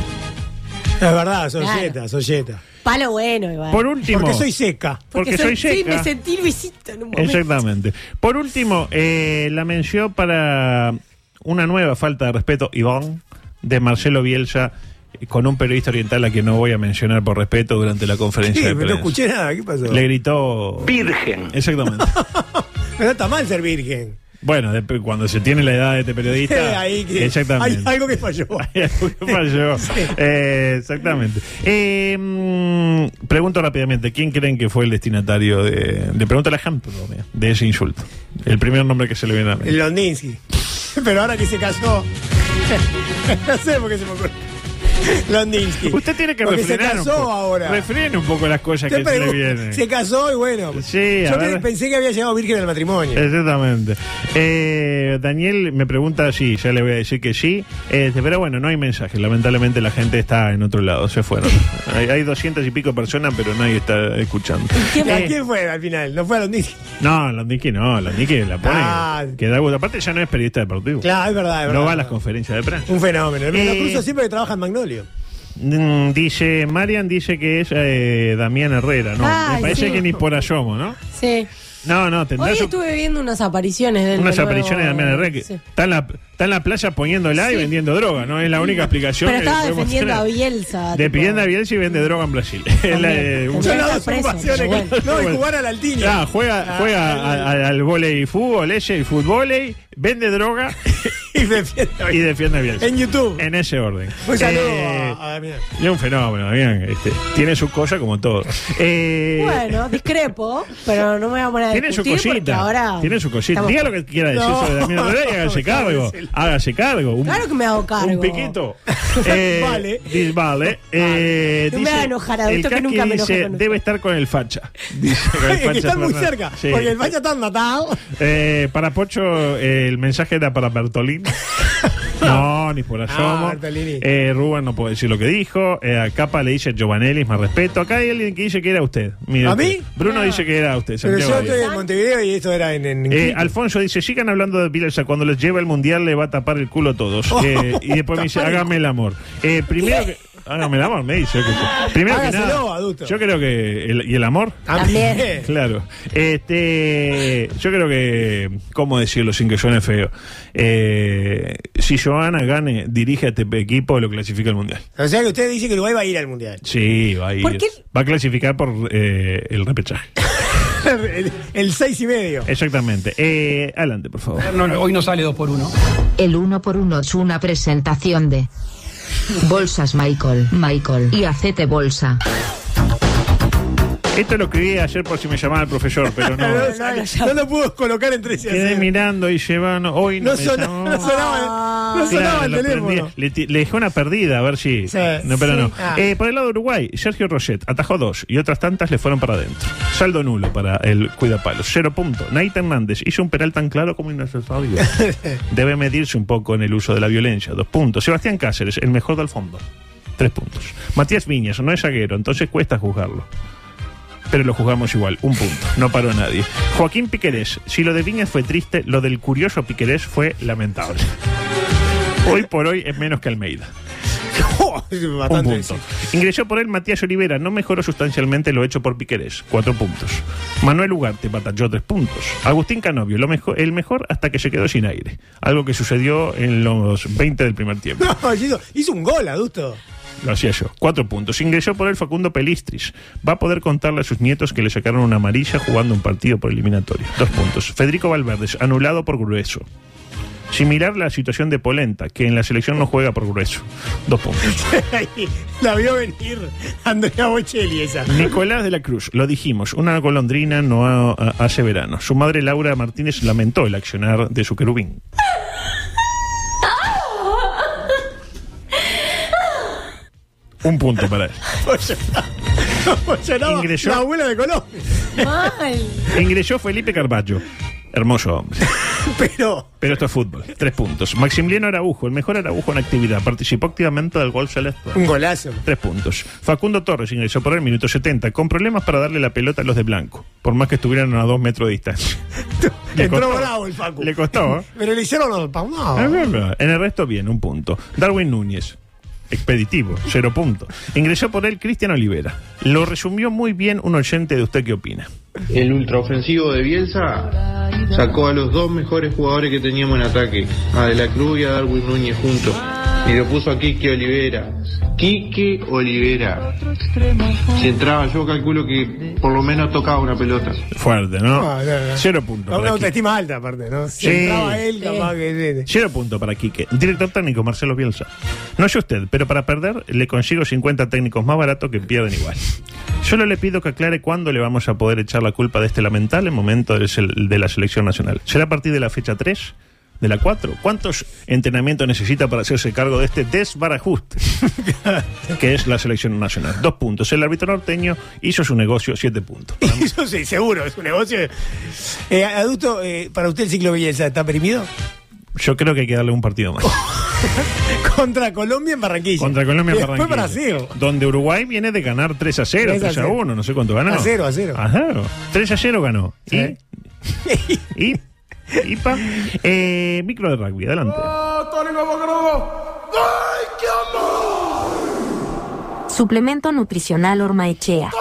Es verdad, soy
Claro.
yeta, soy yeta.
Palo bueno, igual.
Por último.
Porque soy seca.
Porque, soy, seca.
Sí, me sentí Luisito en un momento.
Exactamente. Por último, eh, la mención para una nueva falta de respeto, Iván, de Marcelo Bielsa, eh, con un periodista oriental a quien no voy a mencionar por respeto durante la conferencia
Sí,
de
pero no
prensa.
escuché nada, ¿qué pasó?
Le gritó...
Virgen. [laughs]
Exactamente.
Pero está mal ser virgen.
bueno, de- cuando se tiene la edad de este periodista...
[laughs] Ahí que-
exactamente.
Hay algo
[laughs]
que falló.
Falló. Eh, exactamente. Eh, mm, pregunto rápidamente, ¿quién creen que fue el destinatario de... Le pregunto a la gente Romeo, de ese insulto. El primer nombre que se le viene a la mente.
El Londinsky. Pero ahora que se casó. [laughs] no sé por qué se me ocurrió. Londinsky.
Usted tiene que
Porque se
refrenar un
casó
poco.
ahora.
Refrene un poco las cosas
Te
que se le
pregun-
vienen.
Se casó y bueno.
Sí, a
yo
ver.
pensé que había llegado virgen al matrimonio.
Exactamente. Eh, Daniel me pregunta si, ya le voy a decir que sí. Eh, pero bueno, no hay mensaje. Lamentablemente la gente está en otro lado, se fueron. hay, hay 200 y pico personas, pero nadie está escuchando. Eh,
¿Quién, ¿A quién fue al final? No fue a Londinsky.
No, la Niki no, la Niki la pone.
Ah.
que da gusto. Aparte ya no es periodista deportivo.
Claro, es verdad, es verdad.
no va a las conferencias de prensa.
Un fenómeno. Me lo
Eh,
cruzo siempre que trabaja en Magnolio.
Mm, dice, Marian dice que es eh, Damián Herrera, ¿no?
Ay,
Me parece
sí.
que ni por asomo, ¿no?
Sí.
No, no,
Hoy
tendrá su-
estuve viendo unas apariciones del
unas
nuevo-
apariciones de Damián Herrera que
Sí.
está, en la, está en la playa poniéndola y
Sí.
vendiendo droga, ¿no? Es la única explicación
Pero
que
estaba
podemos
defendiendo
tener.
a Bielsa.
De
tipo.
Pienda Biel si vende droga en Brasil. [laughs] Es la, eh, una-
Son las
está
dos
preso,
ocupaciones
pero
que-
bueno.
No, y jugar al Altini.
Ah, juega, juega
[laughs]
a- a- al volei fútbol, ella y fútbol, vende droga
y defiende,
y defiende a Bielsa.
En YouTube.
En ese orden.
Un saludo
Eh,
a- a Damián.
y es un fenómeno, Damián. este, tiene sus cosas como todo. Eh,
Bueno, discrepo, pero no me voy a poner a
Tiene su
discutir porque
cosita.
ahora...
Tiene su cosita.
estamos-
Diga lo que quiera decir
No.
sobre Damián Herrera
[laughs]
y hágase cargo. Hágase cargo. Un-
Claro que me hago cargo. [laughs]
Un piquito. Eh,
Vale.
dis- vale. Eh,
No me haga enojar,
el
adulto, que
Kaki
nunca me enojo
dice,
con usted.
debe estar con el facha. [laughs] Dice,
[laughs]
con el
Es [laughs] que
facha
están muy
Fernández.
cerca.
Sí.
Porque el facha está matado.
Eh, para Pocho, eh, el mensaje era para
[laughs]
Bertolín. No, ni por
Ah,
asomo.
Bertolini.
Eh, Rubén no puede decir lo que dijo. Eh, a Capa le dice Giovanelli, más respeto. Acá hay alguien que dice que era usted. Mire
¿A
usted.
mí? Ah.
Bruno dice que era usted.
Pero yo
Santiago
estoy
Díaz.
en Montevideo y esto era en. en
Eh,
Quito.
Alfonso dice, sigan hablando de Bielsa, cuando les lleva el mundial le va a tapar el culo a todos.
Oh,
Eh, y después me dice, hágame el amor. Eh, primero que... Hágame el amor, me dice. que- Primero que
Hágaselo,
nada,
adulto.
yo creo que... el- ¿Y el amor?
También.
[laughs] Claro. Este, yo creo que... ¿Cómo decirlo sin que suene feo? Eh, si Joana Gane dirige a este equipo, lo clasifica al mundial.
O sea que usted dice que Uruguay va a ir al mundial.
Sí, va a ir.
¿Por qué?
Va a clasificar por eh, el repechaje.
[laughs] el, el seis y medio.
Exactamente. Eh, adelante, por favor.
No, no, hoy
no sale 2 por 1
El uno por uno es una presentación de Bolsas Michael, Michael y Acete Bolsa.
Esto lo escribí ayer por si me llamaba el profesor, pero no.
[laughs] No, no lo pudo colocar entre sí.
Quedé
[laughs]
mirando y llevan hoy no,
No
me
sona-
llamó.
no sonaba, no
Claro,
sonaba
lo
el teléfono.
prendí. Le, ti- le dejé una perdida, a ver si.
Sí,
no, pero
sí.
no.
Ah.
Eh, por el lado de Uruguay, Sergio Roset atajó dos y otras tantas le fueron para adentro. Saldo nulo para el Cuidapalos. Cero punto. Naita Hernández hizo un penal tan claro como innecesario.
[laughs]
Debe medirse un poco en el uso de la violencia. Dos puntos. Sebastián Cáceres, el mejor del fondo. Tres puntos. Matías Viñas, no es zaguero, entonces cuesta juzgarlo. Pero lo juzgamos igual, un punto. No paró nadie. Joaquín Piquerés, si lo de Viñas fue triste, lo del curioso Piquerés fue lamentable. Hoy por hoy es menos que Almeida.
Oh, Bastante,
un punto. Ingresó por él Matías Olivera, no mejoró sustancialmente lo hecho por Piquerés, cuatro puntos. Manuel Ugarte batalló tres puntos. Agustín Canovio, lo mejo- el mejor hasta que se quedó sin aire. Algo que sucedió en los 20 del primer tiempo.
[laughs] No, hizo, hizo un gol, adusto. [laughs]
Lo hacía yo. Cuatro puntos. Ingresó por él Facundo Pelistris. Va a poder contarle a sus nietos que le sacaron una amarilla jugando un partido por eliminatoria. Dos puntos. Federico Valverdes, anulado por grueso. Similar la situación de Polenta, que en la selección no juega por grueso. Dos puntos.
La vio venir Andrea Bocelli esa. [laughs]
Nicolás de la Cruz, lo dijimos, una golondrina no ha- ha- hace verano. Su madre Laura Martínez lamentó el accionar de su querubín. Un punto para él.
Lloraba
Ingresó.
La abuela de Colón.
Ingresó Felipe Carballo. Hermoso hombre.
[laughs] Pero.
Pero esto es fútbol. Tres puntos. Maximiliano Araujo, el mejor Araujo en actividad. Participó activamente del gol celeste.
Un golazo.
Tres puntos. Facundo Torres ingresó por el minuto 70, con problemas para darle la pelota a los de blanco, por más que estuvieran a dos metros de distancia. Le
Entró
costó.
bravo el Facu.
Le costó.
Pero le hicieron los
Ah,
paunados.
bla, bla. En el resto, bien, un punto. Darwin Núñez. Expeditivo, cero puntos. Ingresó por él Cristian Olivera. Lo resumió muy bien un oyente de usted qué opina.
El ultraofensivo de Bielsa sacó a los dos mejores jugadores que teníamos en ataque, a De la Cruz y a Darwin Núñez juntos. Y lo puso a Quique Olivera. Quique Olivera. Si entraba, yo calculo que por lo menos tocaba una pelota.
Fuerte, ¿no?
No, Ah, no, no.
Cero puntos.
Una
para
autoestima alta, aparte, ¿no? Si
Sí.
entraba él,
Sí.
capaz que. eh,
Cero punto para Quique. Director técnico, Marcelo Bielsa. No sé usted, pero para perder le consigo 50 técnicos más baratos que pierden igual. Solo le pido que aclare cuándo le vamos a poder echar la culpa de este lamentable momento del sel- de la selección nacional. ¿Será a partir de la fecha 3? ¿De la 4? ¿Cuántos entrenamientos necesita para hacerse cargo de este desbarajuste? que es la selección nacional. Dos puntos. El árbitro norteño hizo su negocio, siete puntos.
[laughs] Eso sí, seguro, es un negocio. Eh, adulto, eh, ¿para usted el ciclo belleza está perimido? [laughs]
Yo creo que hay que darle un partido más.
Contra Colombia en Barranquilla.
Contra Colombia
Y
en
después
Barranquilla.
Brasil.
Donde Uruguay viene de ganar 3 a 0,
3 a
3 a 1, no sé cuánto ganó.
A 0, a 0.
Ajá. 3 a 0 ganó. Y- Y. Y. pa. Eh, micro de rugby, adelante.
Suplemento nutricional Ormaechea.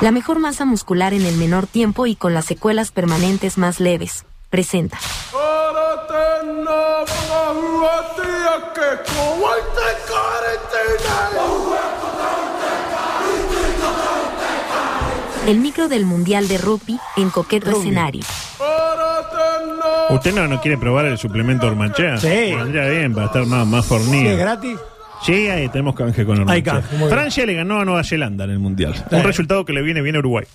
La mejor masa muscular en el menor tiempo y con las secuelas permanentes más leves. Presenta. El micro del Mundial de Rugby en coqueto escenario.
¿Usted no, no quiere probar el suplemento Ormanchea? Sí. Vendría bien, va a estar más, más fornido.
¿Es gratis?
Sí, ahí tenemos canje con
Hay
Ormanchea.
canje, muy bien.
Francia le ganó a Nueva Zelanda en el Mundial. Un resultado que le viene bien a Uruguay.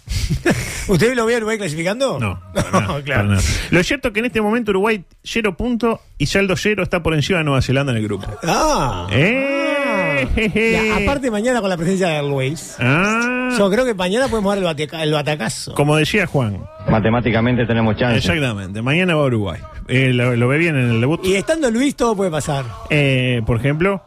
¿Usted lo ve a Uruguay clasificando? [laughs]
No,
No,
Para
claro.
nada. Lo cierto es que en este momento Uruguay 0 puntos y saldo 0 está por encima de Nueva Zelanda en el grupo.
Ah.
Eh,
Ya, aparte mañana con la presencia de Airways.
Ah.
Yo creo que mañana podemos dar el, bateca- el batacazo.
Como decía Juan.
Matemáticamente tenemos chance.
Exactamente. Mañana va a Uruguay. Eh, lo, lo ve bien en el debut.
Y estando Luis todo puede pasar. Eh,
Eh, por ejemplo.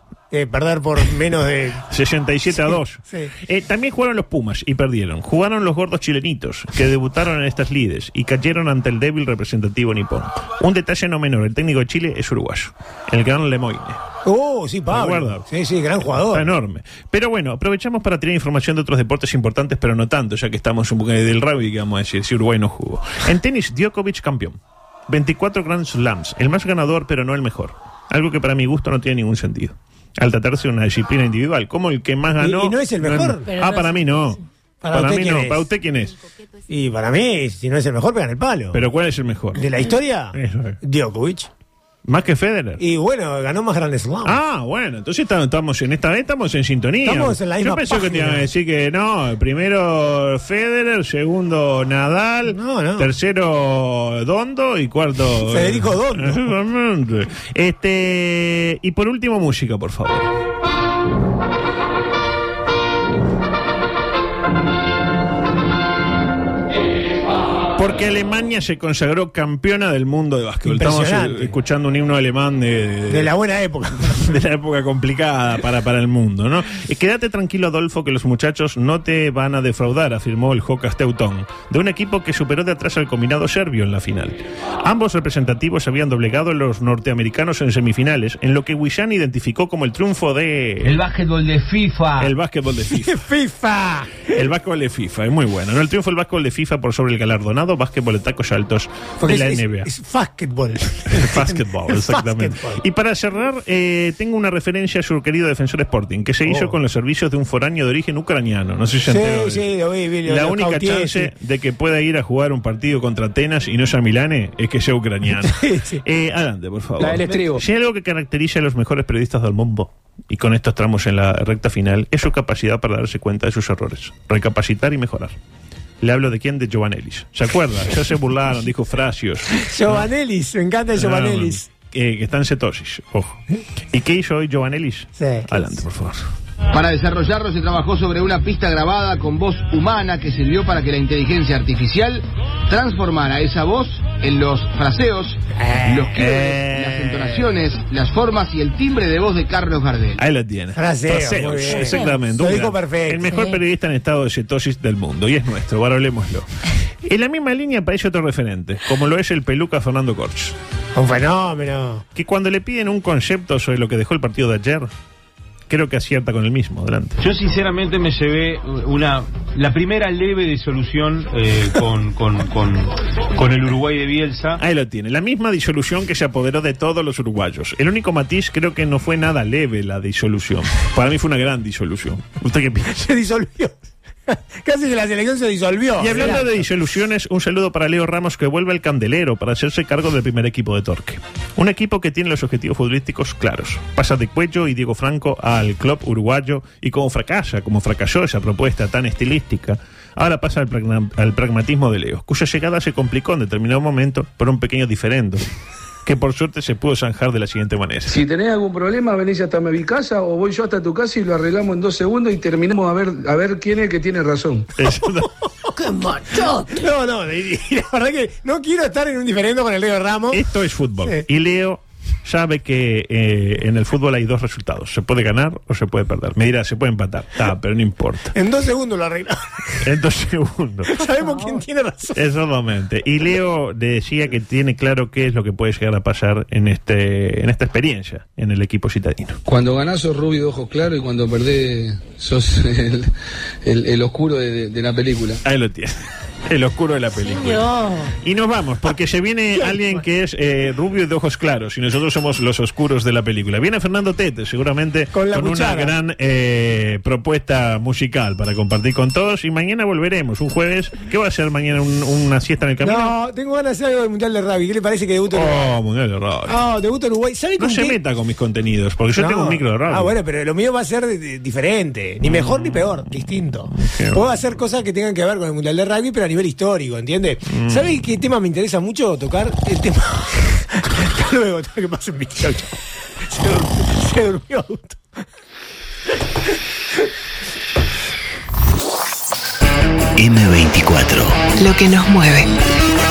perder por menos de
67 a 2.
Sí.
Eh, también jugaron los Pumas y perdieron. Jugaron los gordos chilenitos que debutaron en estas lides y cayeron ante el débil representativo nipón. Un detalle no menor: el técnico de Chile es uruguayo, el gran Lemoyne.
Oh, sí, Pablo.
Recuerda.
Sí, sí, gran
Está
jugador.
enorme. Pero bueno, aprovechamos para tirar información de otros deportes importantes, pero no tanto, ya que estamos un poco del rugby, que vamos a decir, si Uruguay no jugó. En tenis, Djokovic campeón. 24 Grand Slams, el más ganador, pero no el mejor. Algo que para mi gusto no tiene ningún sentido. Al tratarse de una disciplina individual, como el que más ganó.
y no es el mejor. Pero
ah,
no
para
es-
mí no. Para, mí no. ¿Para usted quién es?
Y para mí, si no es el mejor, pegan el palo.
¿Pero cuál es el mejor?
¿De la historia?
Eso es.
Djokovic.
¿Más que Federer?
Y bueno, ganó más grandes slam.
Ah, bueno, entonces está- estamos en esta vez estamos en sintonía.
Estamos en la misma
Yo pensé que te iban a
página.
decir que no, primero Federer, segundo Nadal, tercero Dondo y cuarto eh,
Federico Dondo.
Exactamente. Este, y por último música, por favor. Porque Alemania se consagró campeona del mundo de básquetbol. Estamos
Impresionante.
eh, escuchando un himno alemán de,
De la buena
[laughs]
época.
de la época complicada para, para el mundo, ¿no? Eh, quédate tranquilo, Adolfo, que los muchachos no te van a defraudar, afirmó el Jocas Teutón, de un equipo que superó de atrás al combinado serbio en la final. Ambos representativos habían doblegado a los norteamericanos en semifinales, en lo que Wishan identificó como el triunfo de...
El básquetbol de FIFA.
El básquetbol de FIFA. ¡FIFA! El básquetbol de FIFA, es muy bueno. ¿no? El triunfo del básquetbol de FIFA por sobre el galardonado básquetbol de tacos altos
Porque
de la
es- es-
NBA.
Es basketball.
El [laughs] Basketball,
El
exactamente.
basketball.
Y para cerrar, eh, tengo una referencia a su querido defensor Sporting, que se hizo con los servicios de un foráneo de origen ucraniano. No sé si se enteró de
Oh.
eso.
Sí, sí, lo vi, vi, lo-
La
lo
única
cautié,
chance
sí.
de que pueda ir a jugar un partido contra Atenas y no sea Milane es que sea
[laughs]
ucraniano. Eh, adelante, por favor.
La del estribo.
Si hay algo que caracteriza a los mejores periodistas del mundo, y con esto estamos en la recta final, es su capacidad para darse cuenta de sus errores, recapacitar y mejorar. Le hablo de quién? De Giovanellis. ¿Se acuerda? Ya se burlaron, dijo Frasios.
Giovanellis, me encanta Giovanellis. ¿Eh?
Ah, que, que está en cetosis, ojo. ¿Y qué hizo hoy Giovanellis?
Sí.
Adelante, por favor.
Para desarrollarlo se trabajó sobre una pista grabada con voz humana que sirvió para que la inteligencia artificial transformara esa voz en los fraseos, los quiebres, las entonaciones, las formas y el timbre de voz de Carlos Gardel.
Ahí la tiene.
Fraseo,
Fraseo,
muy bien.
Exactamente.
Lo
un
dijo
gran-
perfecto.
El mejor
Sí.
periodista en estado de cetosis del mundo. Y es nuestro, ahora hablemoslo. En la misma línea aparece otro referente, como lo es el peluca Fernando Corch.
Un fenómeno.
Que cuando le piden un concepto sobre lo que dejó el partido de ayer, creo que acierta con el mismo. Adelante.
Yo sinceramente me llevé una la primera leve disolución eh, con, con, con, con el Uruguay de Bielsa.
Ahí lo tiene. La misma disolución que se apoderó de todos los uruguayos. El único matiz creo que no fue nada leve la disolución. Para mí fue una gran disolución. ¿Usted qué piensa?
Se disolvió. [laughs] Casi que la selección se disolvió.
Y hablando
Mirá.
de disoluciones, un saludo para Leo Ramos que vuelve al candelero para hacerse cargo del primer equipo de Torque. Un equipo que tiene los objetivos futbolísticos claros. Pasa de Cuello y Diego Franco al club uruguayo y como fracasa, como fracasó esa propuesta tan estilística, ahora pasa al, pragna- al pragmatismo de Leo, cuya llegada se complicó en determinado momento por un pequeño diferendo que por suerte se pudo zanjar de la siguiente manera.
Si tenés algún problema, venís hasta mi casa o voy yo hasta tu casa y lo arreglamos en dos segundos y terminamos a ver, a ver quién es el que tiene razón.
¡Qué machote! [laughs] No, no, y- y la verdad que no quiero estar en un diferendo con el Leo Ramos.
Esto es fútbol.
Sí.
Y Leo sabe que eh, en el fútbol hay dos resultados. Se puede ganar o se puede perder. Me dirá, se puede empatar. Ah, pero no
[laughs]
importa.
En dos segundos lo arreglamos.
En dos segundos.
Sabemos quién tiene razón.
Exactamente. Y Leo le decía que tiene claro qué es lo que puede llegar a pasar en, este, en esta experiencia en el equipo citadino.
Cuando ganás sos rubio de ojos claros y cuando perdés sos el, el- el oscuro de, de la película.
Ahí lo tiene. El oscuro de la película. Y nos vamos, porque se
[laughs]
viene alguien que es eh, rubio y de ojos claros, y nosotros somos los oscuros de la película. Viene Fernando Tete, seguramente con,
la
una
cuchara.
gran eh, propuesta musical para compartir con todos. Y mañana volveremos, un jueves. ¿Qué va a ser mañana? ¿Un- ¿Una siesta en el camino?
No, tengo ganas de hacer algo del Mundial de Rugby. ¿Qué le parece que debuta Uruguay?
Oh, mundial de Rugby.
Ah, debuta Uruguay. ¿Sabe
No
con
se
qué?
meta con mis contenidos, porque yo
No.
tengo un micro de Mm. rugby.
Ah, bueno, pero lo mío va a ser de- de- diferente. Ni mejor ni peor, distinto. Puedo hacer cosas que tengan que ver con el Mundial de Rugby, pero a nivel histórico, ¿entiendes?
Mm.
¿Sabe qué tema me interesa mucho tocar? El tema. [laughs] Hasta luego, hasta que pasen mis chau, chau. [laughs] Se dur- Se durmió Augusto.
M24.
Lo que nos mueve.